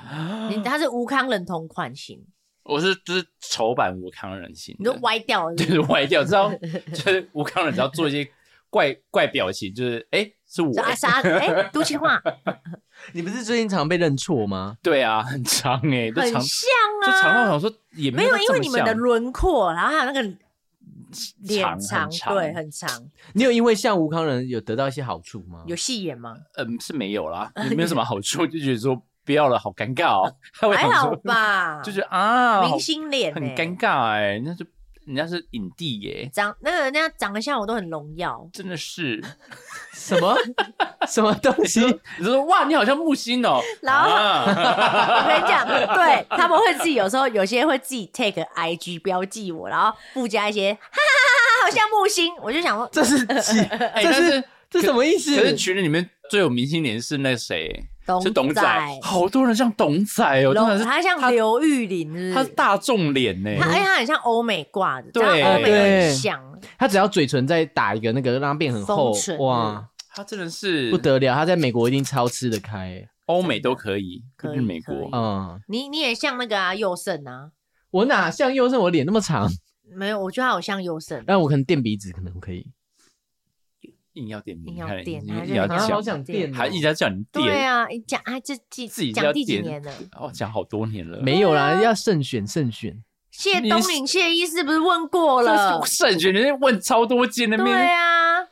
[SPEAKER 4] 你他是吴康仁同款型，
[SPEAKER 3] 我是就是丑版吴康人型的，
[SPEAKER 4] 你都歪掉了
[SPEAKER 3] 就是
[SPEAKER 4] 不
[SPEAKER 3] 是
[SPEAKER 4] 是。
[SPEAKER 3] 歪掉，知 道就是吴康人只要做一些怪怪表情，就是哎、是我
[SPEAKER 4] 说
[SPEAKER 3] 欸、
[SPEAKER 4] 阿莎，哎，都七 化
[SPEAKER 2] 你不是最近常被认错吗？
[SPEAKER 3] 对啊，很长哎、欸，都
[SPEAKER 4] 很
[SPEAKER 3] 长
[SPEAKER 4] 像
[SPEAKER 3] 就长到我
[SPEAKER 4] 啊，
[SPEAKER 3] 想说也
[SPEAKER 4] 没
[SPEAKER 3] 有
[SPEAKER 4] 有
[SPEAKER 3] 到
[SPEAKER 4] 因
[SPEAKER 3] 这
[SPEAKER 4] 为
[SPEAKER 3] 么
[SPEAKER 4] 你们的
[SPEAKER 3] 像
[SPEAKER 4] 轮廓，然后还有那个脸
[SPEAKER 3] 长
[SPEAKER 4] 长，
[SPEAKER 3] 很长
[SPEAKER 4] 对，很长，
[SPEAKER 2] 你有因为像吴康仁有得到一些好处吗？
[SPEAKER 4] 有戏 演吗？
[SPEAKER 3] 嗯是没有啦， 也没有什么好处，就觉得说不要了，好尴尬哦， 他会
[SPEAKER 4] 还
[SPEAKER 3] 想
[SPEAKER 4] 好
[SPEAKER 3] 说
[SPEAKER 4] 吧，
[SPEAKER 3] 就觉得啊，好
[SPEAKER 4] 明星脸
[SPEAKER 3] 很
[SPEAKER 4] 欸
[SPEAKER 3] 尴尬哎、人家就人家是影帝耶、
[SPEAKER 4] 长那个人家长得像我都很荣耀，
[SPEAKER 3] 真的是，
[SPEAKER 2] 什么什么东西？
[SPEAKER 3] 你就说哇，你好像木星哦，
[SPEAKER 4] 然后
[SPEAKER 3] 啊
[SPEAKER 4] 我跟你讲，对他们会自己有时候有些会自己 take IG 标记我，然后附加一些哈哈哈哈，好像木星，我就想说，
[SPEAKER 2] 这是几？ 这
[SPEAKER 3] 哎但
[SPEAKER 2] 是
[SPEAKER 3] 是
[SPEAKER 2] 这什么意
[SPEAKER 3] 可是
[SPEAKER 2] 思？
[SPEAKER 3] 群人里面最有明星脸是那谁？
[SPEAKER 4] 董
[SPEAKER 3] 是董
[SPEAKER 4] 仔
[SPEAKER 3] 仔，好多人像董仔哦，真的
[SPEAKER 4] 龙
[SPEAKER 3] 是
[SPEAKER 4] 他像
[SPEAKER 3] 他
[SPEAKER 4] 刘玉玲是
[SPEAKER 3] 他
[SPEAKER 4] 不
[SPEAKER 3] 是
[SPEAKER 4] 是，
[SPEAKER 3] 大众脸呢。
[SPEAKER 4] 他哎他很像欧美挂的，
[SPEAKER 3] 对
[SPEAKER 4] 长得欧美
[SPEAKER 2] 对
[SPEAKER 4] 很像，
[SPEAKER 2] 他只要嘴唇再打一个那个，让它变很厚
[SPEAKER 4] 丰唇，嗯
[SPEAKER 2] 哇，
[SPEAKER 3] 他真的是
[SPEAKER 2] 不得了！他在美国一定超吃得开、欸。
[SPEAKER 3] 欧美都可以，
[SPEAKER 4] 可以
[SPEAKER 3] 日美
[SPEAKER 4] 可以
[SPEAKER 3] 国
[SPEAKER 2] 嗯，
[SPEAKER 4] 你你也像那个啊佑胜啊，
[SPEAKER 2] 我哪像佑胜，我脸那么长，
[SPEAKER 4] 没有，我觉得他好像佑
[SPEAKER 3] 呃
[SPEAKER 4] 胜，
[SPEAKER 2] 但我可能垫鼻子可能可以。
[SPEAKER 3] 硬要点名，
[SPEAKER 4] 硬要
[SPEAKER 3] 看
[SPEAKER 4] 点
[SPEAKER 3] 硬
[SPEAKER 4] 还是
[SPEAKER 3] 硬要
[SPEAKER 4] 很
[SPEAKER 2] 啊好
[SPEAKER 3] 讲，
[SPEAKER 2] 想哦垫、
[SPEAKER 3] 还一直在叫你
[SPEAKER 4] 对
[SPEAKER 3] 点，
[SPEAKER 4] 啊，你讲啊这第
[SPEAKER 3] 自己
[SPEAKER 4] 讲
[SPEAKER 3] 要
[SPEAKER 4] 第几
[SPEAKER 3] 点
[SPEAKER 4] 年了？
[SPEAKER 3] 哦，讲好多年
[SPEAKER 4] 啊
[SPEAKER 3] 了，
[SPEAKER 2] 没有啦，要慎选慎选。
[SPEAKER 4] 谢
[SPEAKER 3] 你
[SPEAKER 4] 东岭谢医师不是问过了？
[SPEAKER 3] 慎选，人家问超多间那
[SPEAKER 4] 对
[SPEAKER 3] 边，
[SPEAKER 4] 啊，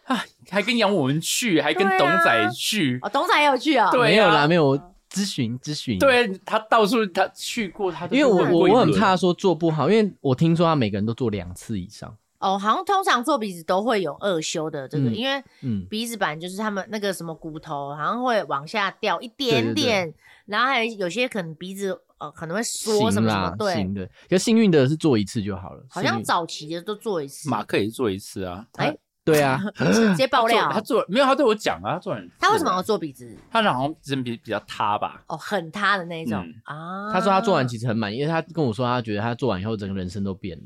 [SPEAKER 3] 还跟杨文去，还跟
[SPEAKER 4] 对啊
[SPEAKER 3] 董仔去，
[SPEAKER 4] 哦，董仔也有去哦。
[SPEAKER 3] 对啊
[SPEAKER 2] 没有啦，没有我咨询咨询。，
[SPEAKER 4] 啊
[SPEAKER 3] 对啊他到处他去过，他都
[SPEAKER 2] 因为我
[SPEAKER 3] 问过
[SPEAKER 2] 我
[SPEAKER 3] 一
[SPEAKER 2] 我很
[SPEAKER 3] 轮
[SPEAKER 2] 怕说做不好，因为我听说他每个人都做两次以上。
[SPEAKER 4] 哦，好像通常做鼻子都会有二修的这个，
[SPEAKER 2] 嗯
[SPEAKER 4] 因为
[SPEAKER 2] 嗯，
[SPEAKER 4] 鼻子板就是他们那个什么骨头好像会往下掉一点点，然后还有有些可能鼻子呃可能会缩什
[SPEAKER 2] 行
[SPEAKER 4] 么什么
[SPEAKER 2] 啦，，
[SPEAKER 4] 对
[SPEAKER 2] 行，的。可幸运的是做一次就好了。
[SPEAKER 4] 好
[SPEAKER 2] 幸
[SPEAKER 4] 像
[SPEAKER 2] 运
[SPEAKER 4] 早期的都做一次，
[SPEAKER 3] 马克也做一次啊，
[SPEAKER 4] 哎
[SPEAKER 2] 对啊，
[SPEAKER 4] 直接爆料
[SPEAKER 3] 他，做没有，他对我讲啊，他做很
[SPEAKER 4] 他为什么要做鼻子？
[SPEAKER 3] 他好像人比比较塌吧？
[SPEAKER 4] 哦，很塌的那一种、
[SPEAKER 3] 嗯
[SPEAKER 4] 啊。
[SPEAKER 2] 他说他做完其实很满意，因为他跟我说他觉得他做完以后整个人生都变了，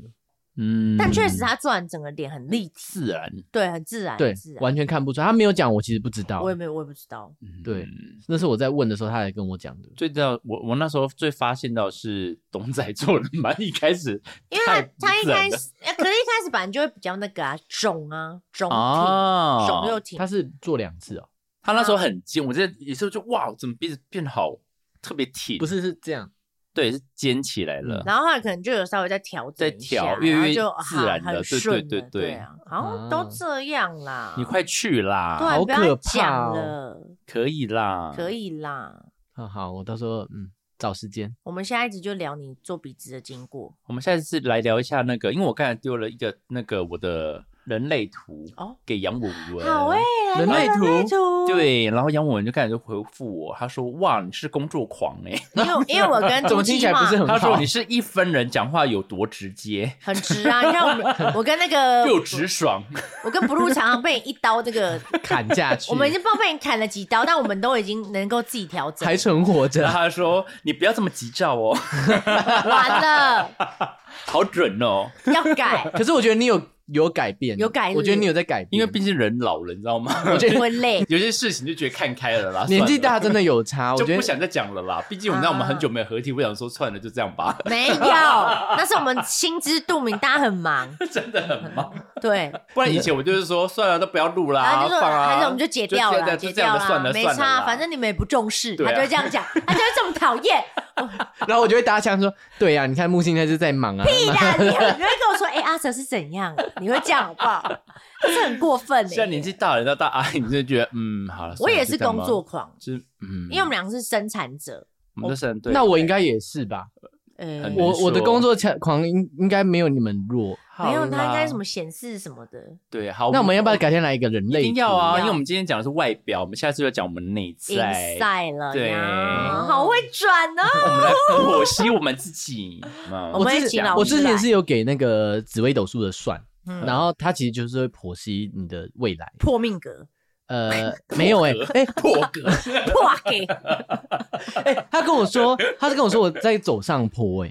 [SPEAKER 3] 嗯，
[SPEAKER 4] 但确实他做完整个脸很立体，
[SPEAKER 3] 自然，
[SPEAKER 4] 对，很自然，
[SPEAKER 2] 对
[SPEAKER 4] 很自，然。
[SPEAKER 2] 完全看不出来。他没有讲，我其实不知道
[SPEAKER 4] 我。也没有，我也不知道。
[SPEAKER 2] 对
[SPEAKER 3] 嗯
[SPEAKER 2] 那是我在问的时候他才跟我讲的。
[SPEAKER 3] 最到我我那时候最发现到是董仔做的蛮一开始
[SPEAKER 4] 因为
[SPEAKER 3] 太
[SPEAKER 4] 他
[SPEAKER 3] 不
[SPEAKER 4] 他一
[SPEAKER 3] 自然
[SPEAKER 4] 开
[SPEAKER 3] 了
[SPEAKER 4] 始，呃可是一开始本来就会比较那个啊，肿啊，肿挺，
[SPEAKER 2] 啊
[SPEAKER 4] 肿又
[SPEAKER 3] 哦，
[SPEAKER 4] 挺
[SPEAKER 2] 他。是做两次哦，
[SPEAKER 3] 他那时候很尖，我这也是就哇，怎么鼻子变好特别挺？
[SPEAKER 2] 不是是这样，
[SPEAKER 3] 对，是尖起来了。
[SPEAKER 4] 然后后来可能就有稍微再调
[SPEAKER 3] 再
[SPEAKER 4] 整一下，
[SPEAKER 3] 调越
[SPEAKER 4] 然后
[SPEAKER 3] 越
[SPEAKER 4] 就
[SPEAKER 3] 自然了
[SPEAKER 4] 啊很
[SPEAKER 3] 对对
[SPEAKER 4] 顺了
[SPEAKER 3] 对对
[SPEAKER 4] 对啊，好像都这样啦。
[SPEAKER 3] 你快去啦！
[SPEAKER 4] 对，啊
[SPEAKER 2] 好
[SPEAKER 4] 不要
[SPEAKER 2] 可
[SPEAKER 4] 再
[SPEAKER 2] 怕
[SPEAKER 4] 讲
[SPEAKER 2] 哦
[SPEAKER 4] 了，
[SPEAKER 3] 可以啦，
[SPEAKER 4] 可。以啦。
[SPEAKER 2] 啊，好，我到时候嗯找时间。
[SPEAKER 4] 我们下一集就聊你做鼻子的经过
[SPEAKER 3] 我们下一次来聊一下那个，因为我刚才丢了一个那个我的人类图
[SPEAKER 4] 哦。
[SPEAKER 3] 给杨文文，
[SPEAKER 4] 好哎、欸，
[SPEAKER 2] 人类
[SPEAKER 4] 来聊人类
[SPEAKER 2] 图
[SPEAKER 4] 图，
[SPEAKER 3] 对，然后杨文文就开始就回复我，他说：“哇，你是工作狂 哎、
[SPEAKER 4] 因 为因为我跟
[SPEAKER 2] 怎么
[SPEAKER 4] 朱
[SPEAKER 2] 听
[SPEAKER 4] 基
[SPEAKER 2] 起来不是
[SPEAKER 4] 嘛
[SPEAKER 2] 很
[SPEAKER 3] 他说
[SPEAKER 2] 好
[SPEAKER 3] 你？是一分人，讲话有多直接，
[SPEAKER 4] 很直啊，你看我 们，我跟那个
[SPEAKER 3] 又直 爽。
[SPEAKER 4] 我跟 Blue 常常被你一刀这个，
[SPEAKER 2] 砍下去，
[SPEAKER 4] 我们已经不知道被你砍了 几刀，但我们都已经能够自己调整，
[SPEAKER 2] 还存活
[SPEAKER 3] 然
[SPEAKER 2] 着
[SPEAKER 3] 后。他说：“你不要这么急躁哦，
[SPEAKER 4] 完了，
[SPEAKER 3] 好准哦，
[SPEAKER 4] 要改
[SPEAKER 2] 可是我觉得你有有改变，
[SPEAKER 4] 有改
[SPEAKER 2] 我觉得
[SPEAKER 4] 变
[SPEAKER 2] 你有在改变，
[SPEAKER 3] 因为毕竟人老了，你知道吗？
[SPEAKER 2] 我觉得
[SPEAKER 4] 婚类。
[SPEAKER 3] 有些事情就觉得看开了啦，
[SPEAKER 2] 年纪
[SPEAKER 3] 算了
[SPEAKER 2] 大真的有差。 我
[SPEAKER 3] 就
[SPEAKER 2] 觉
[SPEAKER 3] 不
[SPEAKER 2] 得
[SPEAKER 3] 想再讲了啦。毕竟我们让我们很久没有合体，我想说算了，就这样吧，
[SPEAKER 4] 没有，那是我们心知肚明，大家很忙，
[SPEAKER 3] 真的很忙。
[SPEAKER 4] 对，
[SPEAKER 3] 不然以前我就是说算了，都不要录啦，
[SPEAKER 4] 然后就说
[SPEAKER 3] 放啊，
[SPEAKER 4] 还是我们就解掉
[SPEAKER 3] 就这
[SPEAKER 4] 了，
[SPEAKER 3] 样
[SPEAKER 4] 解
[SPEAKER 3] 就
[SPEAKER 4] 掉
[SPEAKER 3] 这样算了，
[SPEAKER 4] 没
[SPEAKER 3] 算了
[SPEAKER 4] 差，
[SPEAKER 3] 啦
[SPEAKER 4] 反正你们也不重视，
[SPEAKER 3] 对
[SPEAKER 4] 他
[SPEAKER 3] 啊
[SPEAKER 4] 就会这 样讲，他就会这么讨厌，
[SPEAKER 2] 然后我就会搭腔说，对啊呀、你看木星他是在忙啊，
[SPEAKER 4] 屁啦，你你会跟我说，哎，阿 Sir 是怎样啊？你会这样好不 好？这是很过分
[SPEAKER 3] 现在年
[SPEAKER 4] 的。
[SPEAKER 3] 纪大了，到大阿姨，你就觉得嗯，好了，
[SPEAKER 4] 我
[SPEAKER 3] 算了
[SPEAKER 4] 也是
[SPEAKER 3] 就这样
[SPEAKER 4] 工
[SPEAKER 3] 吧
[SPEAKER 4] 作狂，
[SPEAKER 3] 就是嗯，
[SPEAKER 4] 因为我们两个是生产者，
[SPEAKER 3] 我们都是很对，
[SPEAKER 2] 那我应该也是吧？
[SPEAKER 4] 呃
[SPEAKER 3] 很，难
[SPEAKER 2] 我我的
[SPEAKER 3] 说
[SPEAKER 2] 工作强狂应应该没有你们弱。
[SPEAKER 4] 没有，他应该什
[SPEAKER 3] 么
[SPEAKER 4] 么显示什么的，
[SPEAKER 3] 对，好，
[SPEAKER 2] 那我们要不要改天来一个人
[SPEAKER 3] 一
[SPEAKER 2] 类
[SPEAKER 3] 定？要啊，
[SPEAKER 4] 要
[SPEAKER 3] 因为我们今天讲的是外表，我们下次就讲我们内
[SPEAKER 4] 赢
[SPEAKER 3] 在，
[SPEAKER 4] 赛了
[SPEAKER 3] 对
[SPEAKER 4] 呀，好会转哦，
[SPEAKER 3] 我们来剖析我们自 己。嗯
[SPEAKER 4] 我们
[SPEAKER 2] 之
[SPEAKER 4] 也请
[SPEAKER 2] 前
[SPEAKER 4] 老
[SPEAKER 2] 我
[SPEAKER 4] 师
[SPEAKER 2] 之前
[SPEAKER 4] 来
[SPEAKER 2] 是有给那个紫微斗数的算，
[SPEAKER 4] 嗯
[SPEAKER 2] 然后它其实就是会剖析你的未来。
[SPEAKER 4] 破命格，
[SPEAKER 2] 呃，没有哎、哎、
[SPEAKER 3] 破格，
[SPEAKER 4] 破给，
[SPEAKER 2] 哎、 他跟我说，他是跟我说我在走上坡哎、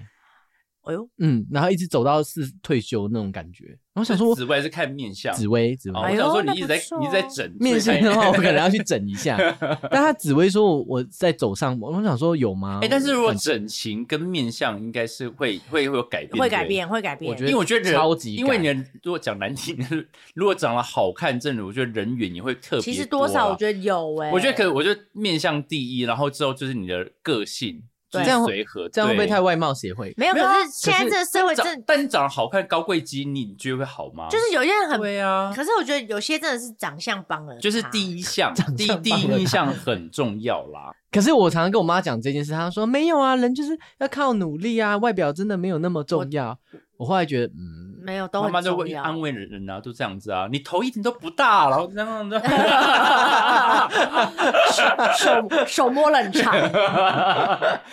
[SPEAKER 4] 哎呦，
[SPEAKER 2] 嗯，然后一直走到四退休那种感觉。然后我想说我，
[SPEAKER 3] 紫薇是看面相，
[SPEAKER 2] 紫薇紫薇
[SPEAKER 3] 哦，
[SPEAKER 4] 哎
[SPEAKER 3] 我
[SPEAKER 4] 呦
[SPEAKER 3] 想说
[SPEAKER 4] 那
[SPEAKER 3] 你一直
[SPEAKER 4] 不
[SPEAKER 3] 在
[SPEAKER 4] 错
[SPEAKER 3] 你一直在
[SPEAKER 4] 哦
[SPEAKER 3] 整
[SPEAKER 2] 面
[SPEAKER 3] 所以
[SPEAKER 2] 相
[SPEAKER 3] 才
[SPEAKER 2] 的话，我可能要去整一 下。但他紫薇说我我在走上坡，我想说有吗？
[SPEAKER 3] 哎、但是如果
[SPEAKER 2] 感
[SPEAKER 3] 整形跟面相，应该是会会会有改变，
[SPEAKER 4] 会改
[SPEAKER 3] 对。
[SPEAKER 4] 变，会改变，
[SPEAKER 2] 我觉
[SPEAKER 3] 因
[SPEAKER 2] 得
[SPEAKER 3] 为我觉得人
[SPEAKER 2] 超级
[SPEAKER 3] 因为
[SPEAKER 2] 改
[SPEAKER 3] 你的如果讲难听，如果长得好看，正如我觉得人缘也会特别。
[SPEAKER 4] 其实多少我
[SPEAKER 3] 得，
[SPEAKER 4] 觉得有哎、
[SPEAKER 3] 我觉得可，我觉得面相第一，然后之后就是你的个性，就
[SPEAKER 4] 对
[SPEAKER 3] 是
[SPEAKER 2] 这样
[SPEAKER 3] 随和，
[SPEAKER 2] 这样会不会
[SPEAKER 3] 对
[SPEAKER 2] 太外貌协会？
[SPEAKER 4] 没有，
[SPEAKER 3] 没有啊
[SPEAKER 4] 可是现在
[SPEAKER 2] 可是
[SPEAKER 4] 这个社会
[SPEAKER 3] 长
[SPEAKER 4] 真的
[SPEAKER 3] 但你长得好看，高贵基因，你觉得会好吗？
[SPEAKER 4] 就是有些人很，
[SPEAKER 3] 对啊，
[SPEAKER 4] 可是我觉得有些真的是长相帮了他，
[SPEAKER 3] 就是第一 项，第一
[SPEAKER 2] 相
[SPEAKER 3] 第一
[SPEAKER 2] 帮了
[SPEAKER 3] 印
[SPEAKER 2] 他
[SPEAKER 3] 象很重要啦。
[SPEAKER 2] 可是我常常跟我妈讲这件事，她说没有啊，人就是要靠努力啊，外表真的没有那么重要。我后来觉得，嗯，
[SPEAKER 4] 没有都
[SPEAKER 3] 妈
[SPEAKER 4] 很
[SPEAKER 3] 妈就
[SPEAKER 4] 重
[SPEAKER 3] 会
[SPEAKER 4] 要。
[SPEAKER 3] 安慰人人啊，就这样子啊，你头一点都不大，然后这样子。
[SPEAKER 4] 手手摸了很长，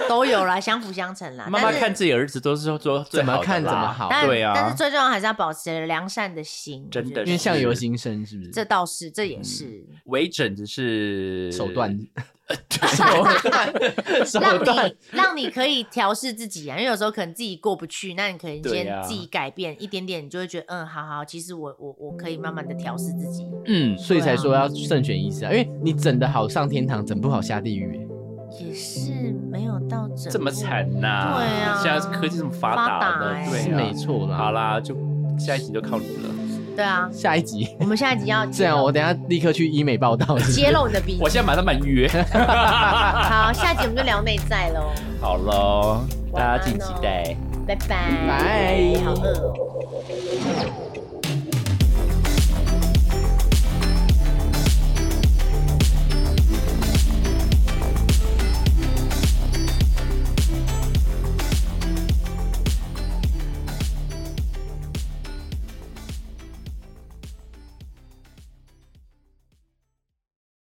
[SPEAKER 4] 都有啦，相辅相成啦。
[SPEAKER 3] 妈妈
[SPEAKER 4] 啊但是
[SPEAKER 3] 看自己儿子都是说说最
[SPEAKER 2] 怎么
[SPEAKER 3] 好的
[SPEAKER 2] 看
[SPEAKER 3] 啦
[SPEAKER 2] 怎么好
[SPEAKER 4] 但
[SPEAKER 3] 对
[SPEAKER 4] 但是
[SPEAKER 3] 啊，
[SPEAKER 4] 最重要还是要保持良善的心，
[SPEAKER 3] 真的
[SPEAKER 4] 我
[SPEAKER 2] 因为
[SPEAKER 4] 觉得
[SPEAKER 3] 是
[SPEAKER 2] 相由心生，是不是？
[SPEAKER 4] 这倒是，这也是
[SPEAKER 3] 微整只是
[SPEAKER 2] 手段， 手
[SPEAKER 4] 让
[SPEAKER 2] 段
[SPEAKER 4] 你让你可以调试自己啊，因为有时候可能自己过不去，那你可能
[SPEAKER 3] 对
[SPEAKER 4] 先
[SPEAKER 3] 啊
[SPEAKER 4] 自己改变一点点，你就会觉得嗯，好好，其实我我我可以慢慢的调试自己，
[SPEAKER 3] 嗯，
[SPEAKER 2] 所以才说要慎选医师啊，因为你整的好上天堂，整不好下地狱。欸
[SPEAKER 4] 也是没有到整
[SPEAKER 3] 这么惨呐、
[SPEAKER 4] 对啊
[SPEAKER 3] 现在科技这么发达
[SPEAKER 4] 发达
[SPEAKER 3] 的，
[SPEAKER 4] 欸
[SPEAKER 3] 对、啊，
[SPEAKER 2] 是没错啦
[SPEAKER 3] 好啦，就下一集就靠你了。
[SPEAKER 4] 对啊，
[SPEAKER 2] 下一集
[SPEAKER 4] 我们下一集要
[SPEAKER 2] 这样，我等一下立刻去医美报道。
[SPEAKER 4] 揭露你的 鼻
[SPEAKER 3] 我现在马上满 约，
[SPEAKER 4] 好，下一集我们就聊内在喽，
[SPEAKER 3] 好喽，大
[SPEAKER 4] 晚安
[SPEAKER 3] 家敬请期
[SPEAKER 4] 哦
[SPEAKER 3] 待。
[SPEAKER 4] 拜拜，
[SPEAKER 2] 拜
[SPEAKER 4] 好饿哦。